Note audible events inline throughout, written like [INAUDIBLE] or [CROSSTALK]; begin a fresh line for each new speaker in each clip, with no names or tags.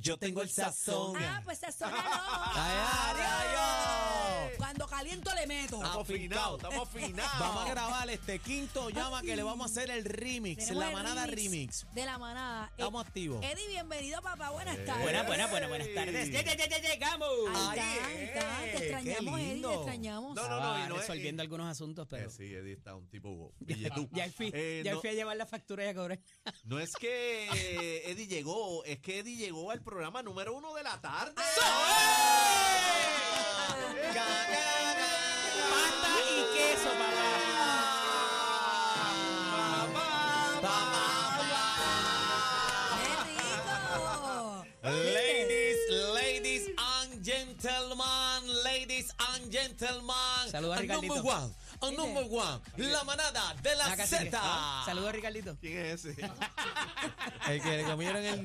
Yo tengo el sazón.
Ah, pues sazónalo.
[LAUGHS] Ay, ay, ay, Ah, ay.
Cuando caliento le meto.
Estamos
Afincao.
finados, estamos finados.
Vamos a grabar este quinto llama
Ay.
que le vamos a hacer el remix,
Tenemos
la
el
manada remix.
De la manada.
Estamos
Eh,
activos.
Eddie, bienvenido, papá. Buenas
Eh.
tardes.
Buenas, buenas, buenas, buenas tardes. Ya, ya, ya, ya llegamos.
Ahí está,
Ay,
ahí está.
eh,
Te extrañamos,
qué
Eddie,
lindo.
te extrañamos.
No, no, y
Estaba
no es-
Ah, resolviendo
y-
algunos asuntos, pero.
Eh, sí, Eddie está un tipo billetú.
Ya fui,
Eh,
ya
no,
fui a llevar la factura y a cobrar.
no es que eh, Eddie llegó, es que Eddie llegó al programa número uno de la tarde.
Ga- Pasta y queso, papá.
¡Qué rico!
Eh. Ladies, ladies and gentlemen, ladies and gentlemen.
Saluda a
And
Ricardito.
Number one, and number one, la manada de la
Ah, casi que- ah,
Z.
Saludos, Ricardito.
¿Quién es ese?
El que le comieron el...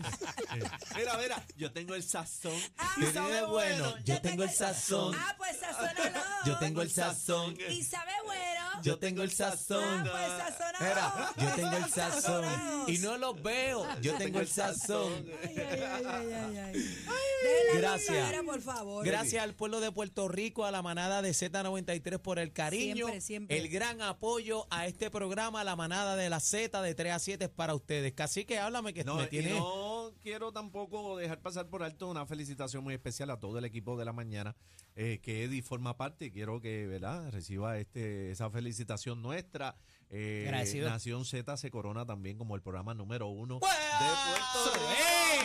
Mira, mira, yo tengo el sazón.
Ah,
¿Qué
y sabe
tiene bueno? Yo tengo el sazón.
Ah, pues sazónalo.
Yo tengo el sazón.
Y sabe bueno.
Yo tengo el
ah,
sazón.
pues sazónalo.
Mira, yo tengo el sazón.
Sazonados.
Y no los veo.
Ah,
Yo tengo el sazón.
Ay, ay, ay, ay, ay, ay. Dejen la
Gracias.
gritadera, por favor.
Gracias al pueblo de Puerto Rico, a la manada de Z93 por el cariño,
Siempre, siempre.
el gran apoyo a este programa, la manada de la Z de 3 a 7 es para ustedes. Casi que háblame que
No,
me
y
tiene...
no quiero tampoco dejar pasar por alto una felicitación muy especial a todo el equipo de la mañana, eh, que Eddie forma parte. y Quiero que ¿verdad? reciba este, esa felicitación nuestra. Eh,
Agradecido.
Nación Z se corona también como el programa número uno
¡Wow!
de Puerto Rico.
¡Eh!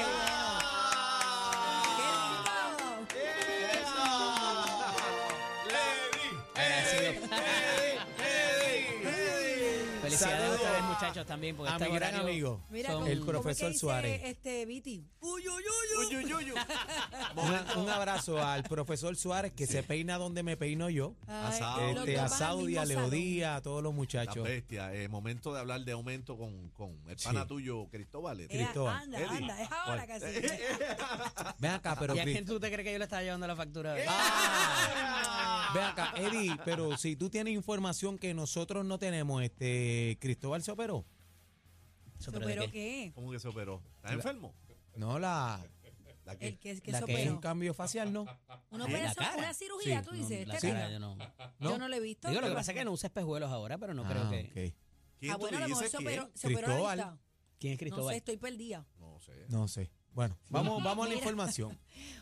¡Qué rico!
Agradecido. Felicidades a
Saludos.
ustedes, muchachos, también. Porque
A
este
mi gran
horario
amigo.
Mira,
son-
¿cómo-
el
cómo es que
profesor
dice,
Suárez.
Este, Viti. Uy, uy, uy, uy.
Uy, uy, uy, uy.
Una- un abrazo al profesor Suárez que se peina donde me peino yo.
Ay,
Asado.
los
Los
Este,
dos
a
van al
Saudi,
mismo
a
salón.
Leodía, a todos los
La
muchachos.
bestia, eh, momento de hablar de aumento con, con el pana
Sí.
tuyo, Cristóbal.
Eh,
Cristóbal.
Anda,
Eddie.
anda, es ahora
¿Cuál?
casi.
Ven acá, pero
¿Y a
Cris-
quién tú te crees que yo le estaba llevando la factura?
Ah. Ve acá, Eddie, pero si tú tienes información que nosotros no tenemos, este Cristóbal se operó.
¿Eso pero de
¿Pero
qué?
qué?
¿Cómo que se operó? ¿Estás enfermo?
No, la,
¿La qué?
El que, que
la
se
que es un
operó.
cambio facial, ¿no.
Una
Ah, en la
operación,
cara.
una cirugía,
Sí,
tú
No,
dices.
la
estética.
cara, yo no.
Yo no lo he visto.
Digo, lo que
pero-
pasa es que no usa espejuelos ahora, pero no
Ah,
creo que.
ok.
¿Quién
Ah,
tú
bueno, a lo mejor
dices
se
quién?
operó, se operó la
Cristóbal.
vista.
¿Quién es
No sé,
Cristóbal?
estoy perdida.
No sé.
No sé. Bueno, vamos,
[LAUGHS]
vamos a la
Mira.
información.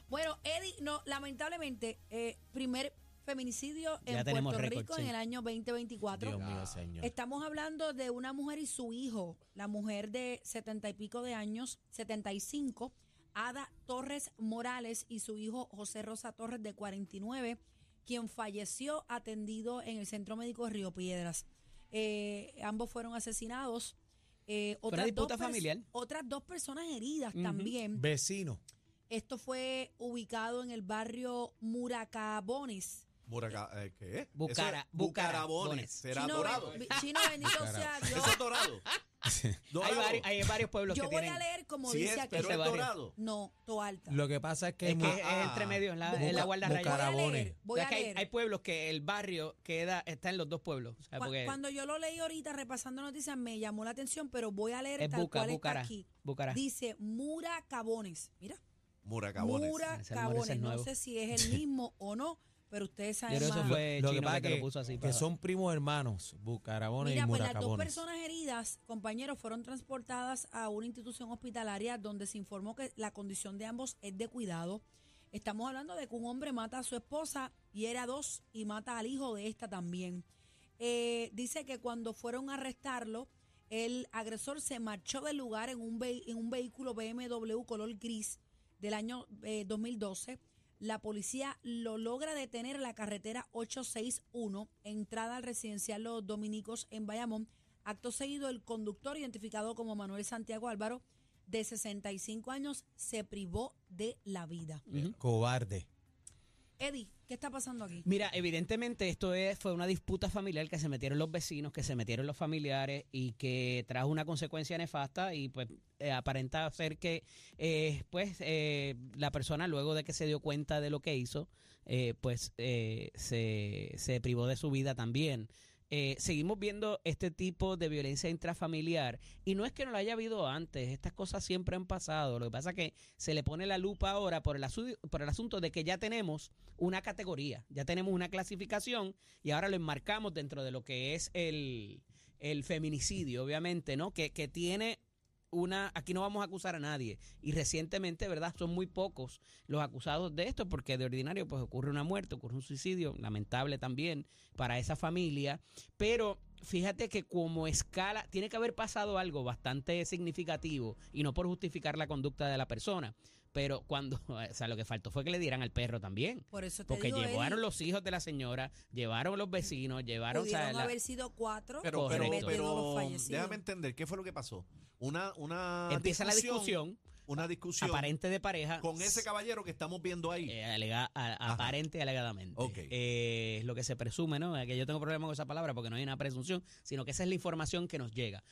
Bueno, Eddie, no, lamentablemente, eh, primer feminicidio
Ya
en
tenemos
Puerto
récord,
Rico en
sí.
el año 2024.
Dios mío, señor.
Estamos hablando de una mujer y su hijo, la mujer de setenta y pico de años, 75, Ada Torres Morales y su hijo José Rosa Torres de 49, quien falleció atendido en el Centro Médico Río Piedras. Eh, ambos fueron asesinados. Eh,
una
otras
disputa
dos pers-
familiar.
Otras dos personas heridas
Ujú.
también.
[LAUGHS]
Vecino.
Esto fue ubicado en el barrio Muracabones.
Muraca- eh, ¿Qué? Eso es
Bucara-
Bucarabones.
Bucarabones.
Será
Chino,
dorado.
ben-
[LAUGHS]
chino bendito sea Dios.
Eso es
[LAUGHS]
dorado.
Hay
Dorado.
varios, hay varios pueblos
Yo
que
voy
tienen.
a leer como
Sí
dice
es,
aquí.
pero es
Ese barrio.
dorado.
No, Toalta.
Lo que pasa es que,
Es que
ma-
es entre medio, en la,
Buca-
en la guardarraya.
Voy a
Carabones.
leer, voy
Es
a
que hay,
leer.
hay pueblos que el barrio queda está en los dos pueblos. o sea,
Cu-
porque
Cuando yo lo leí ahorita repasando noticias me llamó la atención, pero voy a leer
es
tal
Buca,
cual
Bucará.
está aquí.
Bucará.
Dice Muracabones. Mira,
Muracabones.
Ese amor, ese
Muracabones.
es
No
nuevo.
sé si es el mismo o no, pero ustedes
Yo
saben
creo que
más.
eso fue
lo que
Chino que,
pasa
te
que-
lo puso así.
que
para-
son primos hermanos, Bucarabones
Mira,
y
pues las dos
Muracabones.
personas heridas, compañeros, fueron transportadas a una institución hospitalaria donde se informó que la condición de ambos es de cuidado. Estamos hablando de que un hombre mata a su esposa y era dos y mata al hijo de esta también. Eh, dice que cuando fueron a arrestarlo, el agresor se marchó del lugar en un, ve- en un vehículo BMW color gris del año eh, 2012. La policía lo logra detener en la carretera 861, entrada al residencial Los Dominicos en Bayamón. Acto seguido, el conductor, identificado como Manuel Santiago Álvaro, de 65 años, se privó de la vida.
Ujú.
Cobarde.
Eddie, ¿qué está pasando aquí?
Mira, evidentemente esto es, fue una disputa familiar que se metieron los vecinos, que se metieron los familiares y que trajo una consecuencia nefasta y pues eh, aparenta ser que eh, pues eh, la persona luego de que se dio cuenta de lo que hizo, eh, pues eh, se, se privó de su vida también. eh, seguimos viendo este tipo de violencia intrafamiliar. Y no es que no la haya habido antes, estas cosas siempre han pasado. Lo que pasa es que se le pone la lupa ahora por el, asu- por el asunto de que ya tenemos una categoría, ya tenemos una clasificación y ahora lo enmarcamos dentro de lo que es el, el feminicidio, obviamente, ¿no? Que, que tiene una, aquí no vamos a acusar a nadie. Y recientemente, ¿verdad? Son muy pocos los acusados de esto, porque de ordinario, pues ocurre una muerte, ocurre un suicidio, lamentable también para esa familia. Pero fíjate que como escala, tiene que haber pasado algo bastante significativo, y no por justificar la conducta de la persona. Pero cuando, [LAUGHS] o sea, lo que faltó fue que le dieran al perro también.
Por eso te
Porque
digo, Eddie,
llevaron los hijos de la señora, llevaron los vecinos, llevaron. o sea,
pudieron
la-
haber sido cuatro
Pero, pero,
Correcto.
pero
los fallecidos.
déjame entender, ¿qué fue lo que pasó? Una, una
empieza la discusión
Una discusión
aparente de pareja.
con ese caballero que estamos viendo ahí.
Eh, alega- a-
Ajá.
aparente y alegadamente.
Ok.
Eh, es lo que se presume, ¿no? Eh, Que yo tengo problema con esa palabra porque no hay una presunción, sino que esa es la información que nos llega.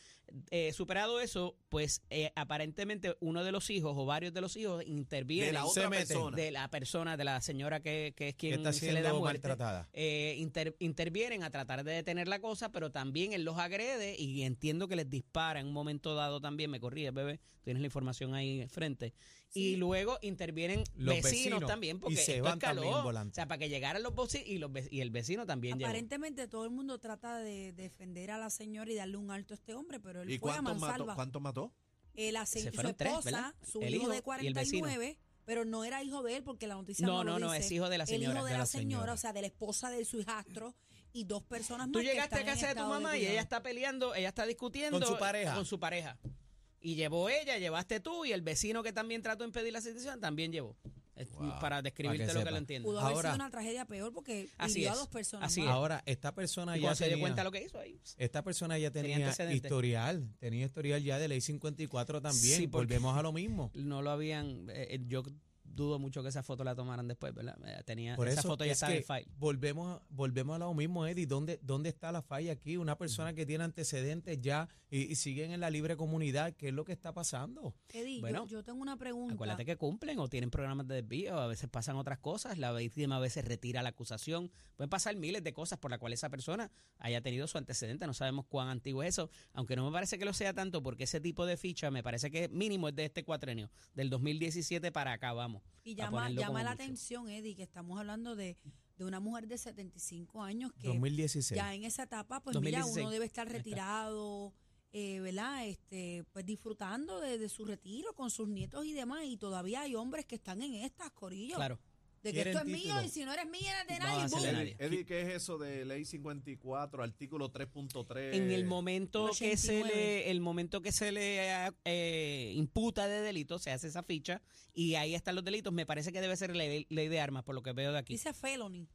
Eh, superado eso, pues eh, aparentemente uno de los hijos o varios de los hijos intervienen
de la otra
se meten.
persona.
de la persona, de la señora que, que es
que
quien
está
se le da
siendo
muerte.
maltratada.
Eh, inter- intervienen a tratar de detener la cosa, pero también él los agrede y entiendo que les dispara en un momento dado también. Me corrí, bebé, tienes la información ahí frente.
Sí.
Y luego intervienen
Los
vecinos,
vecinos,
también,
y
porque
se
esto
van
escaló.
también volando.
O sea, para que llegaran los vecinos y, los ve- y el vecino también llegó.
Aparentemente todo el mundo trata de defender a la señora y darle un alto a este hombre, pero él
¿Y
fue a
cuántos mató?
mansalva.
¿Cuántos mató?
Eh, la se-
Se
su
fueron tres,
esposa,
¿verdad?
su
El
hijo,
hijo
de
y el vecino.
49, pero no era hijo de él porque la noticia
No,
lo
no, no,
dice.
es hijo de la señora.
El hijo de,
de
la,
la
señora,
señora.
o sea, de la esposa de su hijastro y dos personas más.
Tú
que
llegaste a
están en
casa de tu
estado
mamá y
cuidado.
ella está peleando, ella está discutiendo
Con su pareja.
Con su pareja. Y llevó ella, llevaste tú y el vecino que también trató de impedir la situación también llevó. Es-
Wow.
Para describirte
que
lo que
sepa.
lo entiendo.
Pudo haber
Ahora-
sido una tragedia peor porque
Así
hirió a
es,
dos personas
así
más.
es.
Ahora, esta persona
Y
ya
cuando se dio
tenía,
cuenta lo que hizo ahí.
esta persona ya
tenía
tenía
antecedentes.
historial, tenía historial ya de ley 54 también.
Sí, porque-
Volvemos a lo mismo.
No lo habían. eh, eh, yo dudo mucho que esa foto la tomaran después, ¿verdad? Eh, Tenía,
Por
[LAUGHS] esa
eso
foto ya
es
estaba en el
que
file.
volvemos a, volvemos a lo mismo, Eddie. ¿Dónde, ¿Dónde está la falla aquí? Una persona que tiene antecedentes ya y, y siguen en la libre comunidad. ¿Qué es lo que está pasando?
Eddie, yo-
Bueno,
yo, tengo una pregunta.
Acuérdate que cumplen o tienen programas de desvío, a veces pasan otras cosas, la víctima a veces retira la acusación, pueden pasar miles de cosas por las cuales esa persona haya tenido su antecedente, no sabemos cuán antiguo es eso, aunque no me parece que lo sea tanto porque ese tipo de ficha me parece que mínimo es de este cuatrenio, del 2017 para acá vamos.
Y
a
llama,
ponerlo
llama
como
la
mucho.
atención, Eddie, que estamos hablando de, de una mujer de 75 años que
2016.
ya en esa etapa, pues mira, uno
2016.
debe estar
Ahí está.
retirado, eh, ¿verdad? Este, pues disfrutando de, de su retiro con sus nietos y demás. Y todavía hay hombres que están en estas, Corillo.
Claro.
De que
Quieren
esto es mío
título.
y si no eres mía, eres de
No
nadie.
vas a
boom.
ser de
Eddie,
nadie.
Eddie, ¿qué es eso de ley 54, artículo 3.3?
en el momento que se
89.
le el momento que se le eh, eh, imputa de delito se hace esa ficha y ahí están los delitos me parece que debe ser ley, ley de armas por lo que veo de aquí
Dice felony,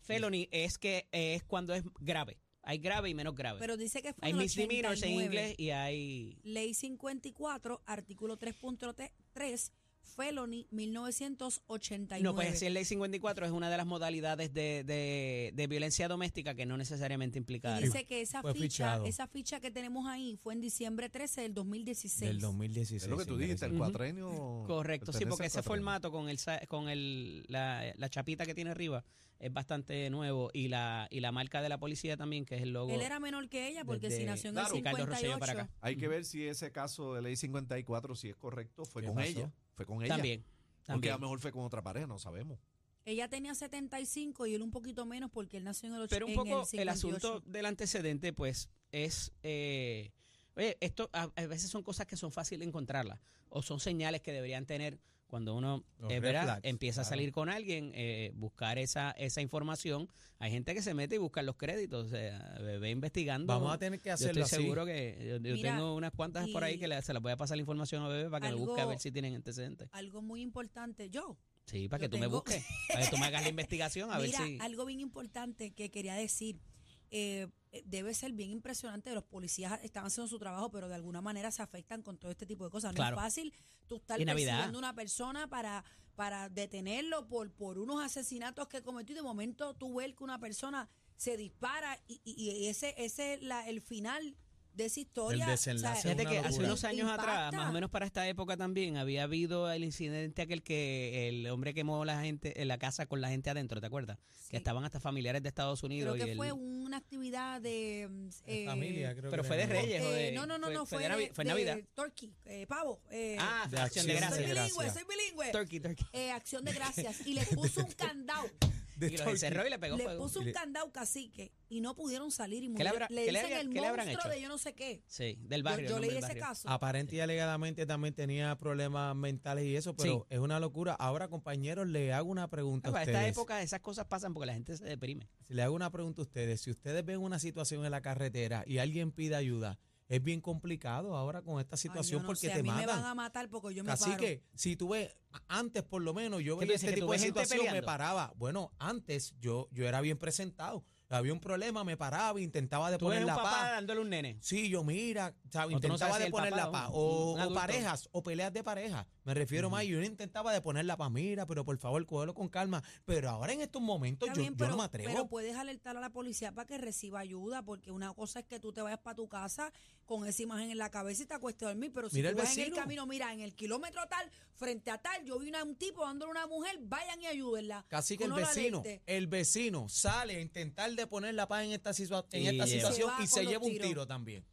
felony es que eh, es cuando es grave hay grave y menos grave
pero dice que fue
hay
en el
misdemeanors en
89.
inglés y hay
Ley 54, artículo 3.3, felony 1989.
no pues si es ley 54 es una de las modalidades de, de, de violencia doméstica que no necesariamente implica
Y
armas.
dice que esa
Fue
ficha,
fichado.
esa ficha que tenemos ahí fue en diciembre 13 del 2016.
Del 2016.
Es lo que tú dijiste, el
Ujú.
cuatrenio.
Correcto, sí,
pertenece
porque
al
ese
cuatrenio.
formato con el sa- con el, la, la chapita que tiene arriba es bastante nuevo y la y la marca de la policía también que es el logo.
Él era menor que ella porque
desde
si nació en
Claro.
el
Ricardo Rosselló
58.
para acá.
Hay que ver si ese caso de ley 54, si es correcto, fue
¿Qué
con
pasó?
ella. Fue con ella.
También.
Porque a
también.
lo mejor fue con otra pareja, no sabemos.
Ella tenía 75 y él un poquito menos porque él nació en el 80.
Pero un poco
en
el, asunto del antecedente, pues, es. eh, oye, esto a, a veces son cosas que son fáciles de encontrarlas o son señales que deberían tener cuando uno
Los
eh,
red
¿verdad?
flags,
empieza a
claro.
salir con alguien, eh, buscar esa esa información. Hay gente que se mete y busca los créditos, o sea, ve investigando.
Vamos a tener que
yo
hacerlo
estoy
así.
seguro que yo, yo
Mira,
tengo unas cuantas por ahí que
y
le- se las voy a pasar la información a Bebé para que me
algo-
busque a ver si tienen antecedentes.
Algo muy importante. Yo,
Sí,
yo
para que tú me
tengo-
busques, para que tú me
[LAUGHS]
hagas la investigación a
mira,
ver si...
algo bien importante que quería decir. Eh, eh, debe ser bien impresionante. Los policías están haciendo su trabajo, pero de alguna manera se afectan con todo este tipo de cosas. No
Claro.
es fácil tú estar
Y Navidad.
persiguiendo a una persona para, para detenerlo por, por unos asesinatos que cometió y de momento tú ves que una persona se dispara y, y- y ese ese es la- el final de esa historia.
El
o
desenlace
sea,
es
Fíjate
una
que hace
locura.
unos años atrás,
Impacta.
más o menos para esta época también, había habido el incidente aquel que el hombre quemó la gente, eh, la casa con la gente adentro, ¿te acuerdas?
sí.
Que estaban hasta familiares de Estados Unidos.
Creo
y
que
el-
fue una actividad de. mm, eh,
familia, creo
pero
que
fue
le
de
llaman.
Reyes. o
eh,
de-
no, no, no,
fue-
no,
fue
fue,
de Navi-
de-
fue
de
Navidad.
Turkey, eh, pavo. eh,
ah,
de
fue acción de
soy
Acción de
gracias.
Gracias.
bilingüe, soy bilingüe.
Turkey, Turkey.
Eh, acción
[LAUGHS]
de gracias. Y les puso un candado.
De
y los
Turkey.
encerró y le [LAUGHS] pegó
les
fuego.
puso
Y
un
le-
candado cacique y no pudieron salir. Y
¿Qué le
murieron.
habrá-
le
qué le
dicen
habría-
el
qué le habrán
monstruo
hecho?
de yo no sé qué.
Sí, del
Yo- yo
barrio. el nombre
leí
del
ese
barrio. Ah, pues,
caso.
Aparente y alegadamente también tenía problemas mentales y eso, pero es una locura. Ahora, compañeros, le hago una
Ah,
pregunta a
para
ustedes.
esta época esas cosas pasan porque la gente se deprime.
Si le hago una pregunta a ustedes, si ustedes ven una situación en la carretera y alguien pide ayuda, es bien complicado ahora con esta
Ay, yo
situación
no
porque
sé,
te
a mí
matan.
me van a matar porque yo me
Así
paro.
que si tú ves, antes por lo menos yo
¿Qué
veía
tú dices,
este
que tú
tipo de
ves gente
situación, me
peleando?
paraba. Bueno, antes yo, yo era bien presentado. Había un problema, me paraba, e intentaba de
Tú eres
poner
un
la
papá
paz.
dándole un nene.
Sí, yo mira, ¿sabes?
O tú no
intentaba
sabes si
de
el
poner
papá
la
o
paz.
un-
O,
un
o
adulto.
parejas, o peleas de pareja. Me refiero más, yo intentaba de poner la paz. Mira, pero por favor, cógelo con calma. Pero ahora en estos momentos
Está
yo,
bien,
yo
pero,
no me atrevo.
pero pues, puedes alertar a la policía para que reciba ayuda, porque una cosa es que tú te vayas para tu casa con esa imagen en la cabeza y te acuestes a dormir, pero si
Mira
tú
el
vas en el
vecino.
camino, mira, en el kilómetro tal, frente a tal, yo vi una- un tipo dándole a una mujer, vayan y ayúdenla.
Casi que el
Uno la
vecino,
alerte.
el vecino sale a intentar de poner la paz en esta, situa- en
Y
esta
lleva.
situación
Se va
y se
con los
lleva un
tiros.
tiro también.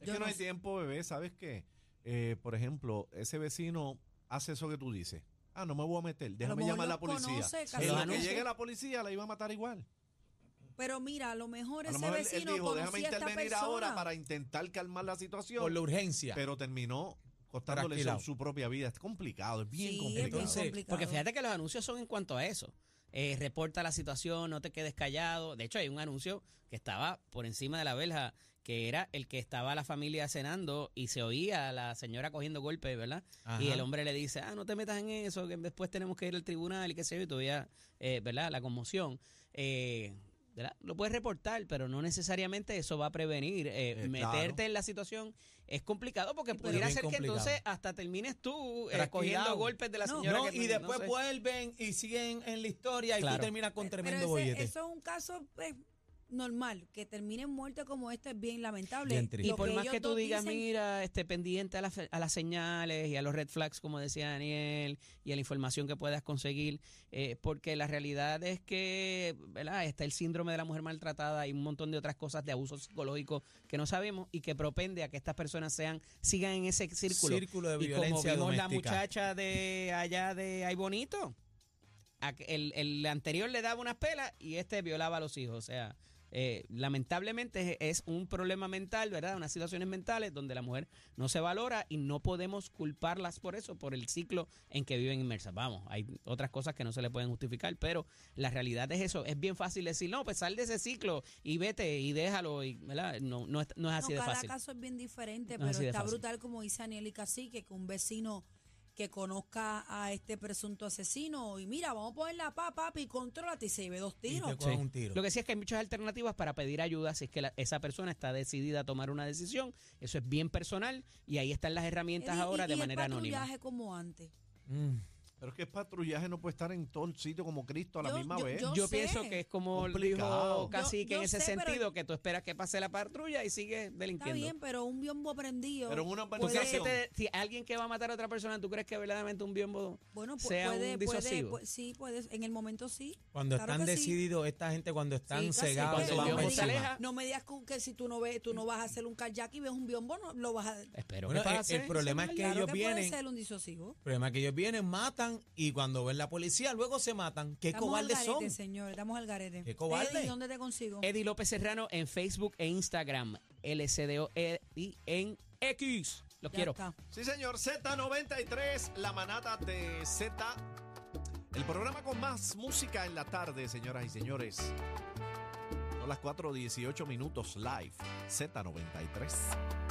Es
Yo
que no,
no
hay
sé.
tiempo, bebé. ¿Sabes qué? Eh, por ejemplo, ese vecino hace eso que tú dices. Ah, no me voy a meter. Déjame
mejor
llamar a la
los
policía.
conoce,
En
Carlos,
lo
no
que
sé.
llegue la policía, la iba a matar igual.
Pero mira, a lo mejor
A
ese
lo mejor él- él
vecino
dijo, déjame
conocía a esta
intervenir
persona.
ahora para intentar calmar la
Por
situación,
la urgencia.
pero terminó costándole
Trasquilado.
su, su propia vida. Es complicado, es bien
Sí, es bien
complicado.
Entonces,
complicado.
Porque fíjate que los anuncios son en cuanto a eso. Eh, reporta la situación, no te quedes callado. De hecho, hay un anuncio que estaba por encima de la verja, que era el que estaba la familia cenando y se oía a la señora cogiendo golpes, ¿verdad?
Ajá.
Y el hombre le dice, ah, no te metas en eso, que después tenemos que ir al tribunal y qué sé yo, y todavía, eh, ¿verdad? La conmoción. Eh, ¿verdad? Lo puedes reportar, pero no necesariamente eso va a prevenir. eh,
Eh,
meterte
claro.
en la situación es complicado porque
Sí, pero-
pudiera
Bien
ser que
complicado.
entonces hasta termines tú eh,
Trasquilado.
cogiendo golpes de la
No.
señora.
No,
que
y
no
después
sé.
vuelven y siguen en la historia y
Claro.
tú terminas con
Pero
tremendo
ese-
bollete.
Eso es un caso pues, normal, que termine en muerte como esta es bien lamentable.
Bien triste.
Y
Lo
por más
ellos
que tú
dos
digas,
dicen,
mira, este, pendiente a, la fe- a las señales y a los red flags, como decía Daniel, y a la información que puedas conseguir, eh, porque la realidad es que, ¿verdad? Está el síndrome de la mujer maltratada y un montón de otras cosas de abuso psicológico que no sabemos y que propende a que estas personas sean sigan en ese círculo.
Círculo de
y como
violencia
vimos la
doméstica.
muchacha de allá de Ay Bonito, a que el, el anterior le daba unas pelas y este violaba a los hijos. O sea, eh, lamentablemente es es un problema mental, ¿verdad? Unas situaciones mentales donde la mujer no se valora y no podemos culparlas por eso, por el ciclo en que viven inmersas. Vamos, hay otras cosas que no se le pueden justificar, pero la realidad es eso. Es bien fácil decir, no, pues sal de ese ciclo y vete y déjalo, y, ¿verdad? No, no, es, no
no,
es así de
cada
fácil.
caso es bien diferente,
No es
pero
así de
está
fácil.
brutal como dice Aniel y Cacique, que un vecino que conozca a este presunto asesino y mira, vamos a poner la paz, papi, contrólate y se lleve dos
y
tiros.
te cogen
Sí.
un tiro.
Lo que sí es que hay muchas alternativas para pedir ayuda si es que la- esa persona está decidida a tomar una decisión. Eso es bien personal y ahí están las herramientas
Y- y-
ahora
y
de
el
manera anónima.
patrullaje como antes.
Mm.
Pero es que el patrullaje no puede estar en todo el sitio como Cristo a la
Yo-
misma
yo-
vez.
Yo,
yo sé.
pienso que es como dijo
Complicado.
casi que
Yo-
en
yo
ese
sé, pero-
sentido que tú esperas que pase la patrulla y sigues
Está
delinquiendo.
bien, pero un biombo prendido.
Pero en una
¿Tú crees que
urbanización-
te- si alguien que va a matar a otra persona, ¿tú crees que verdaderamente un biombo?
bueno, pu-
sea
puede,
un
puede,
disuasivo?
pu- sí, puede, en el momento sí.
Cuando
Claro
están
que sí.
decididos, esta gente cuando están
Sí, casi,
cegados,
pero
Cuando
se
el
van
no
biombo
por
me
se
encima.
digas-
aleja.
No me digas que- que si tú no ves, tú no vas a hacer un kayak y ves un biombo, no lo vas a.
Espero
Bueno,
que
el-
pase.
el problema es que
Claro
ellos
que puede
vienen-
ser un disocivo.
El problema es que ellos vienen, matan y cuando ven la policía, luego se matan. Qué
al
cobardes
garete,
son.
señor, estamos al garete.
Qué cobarde.
Eddie, ¿dónde te consigo?
Eddie López Serrano en Facebook e Instagram. LCDO Eddie E en X. Los
Ya
quiero.
está.
Sí, señor. Z93, la manada de Z. El programa con más música en la tarde, señoras y señores. Son las 4.18 minutos live. Z93.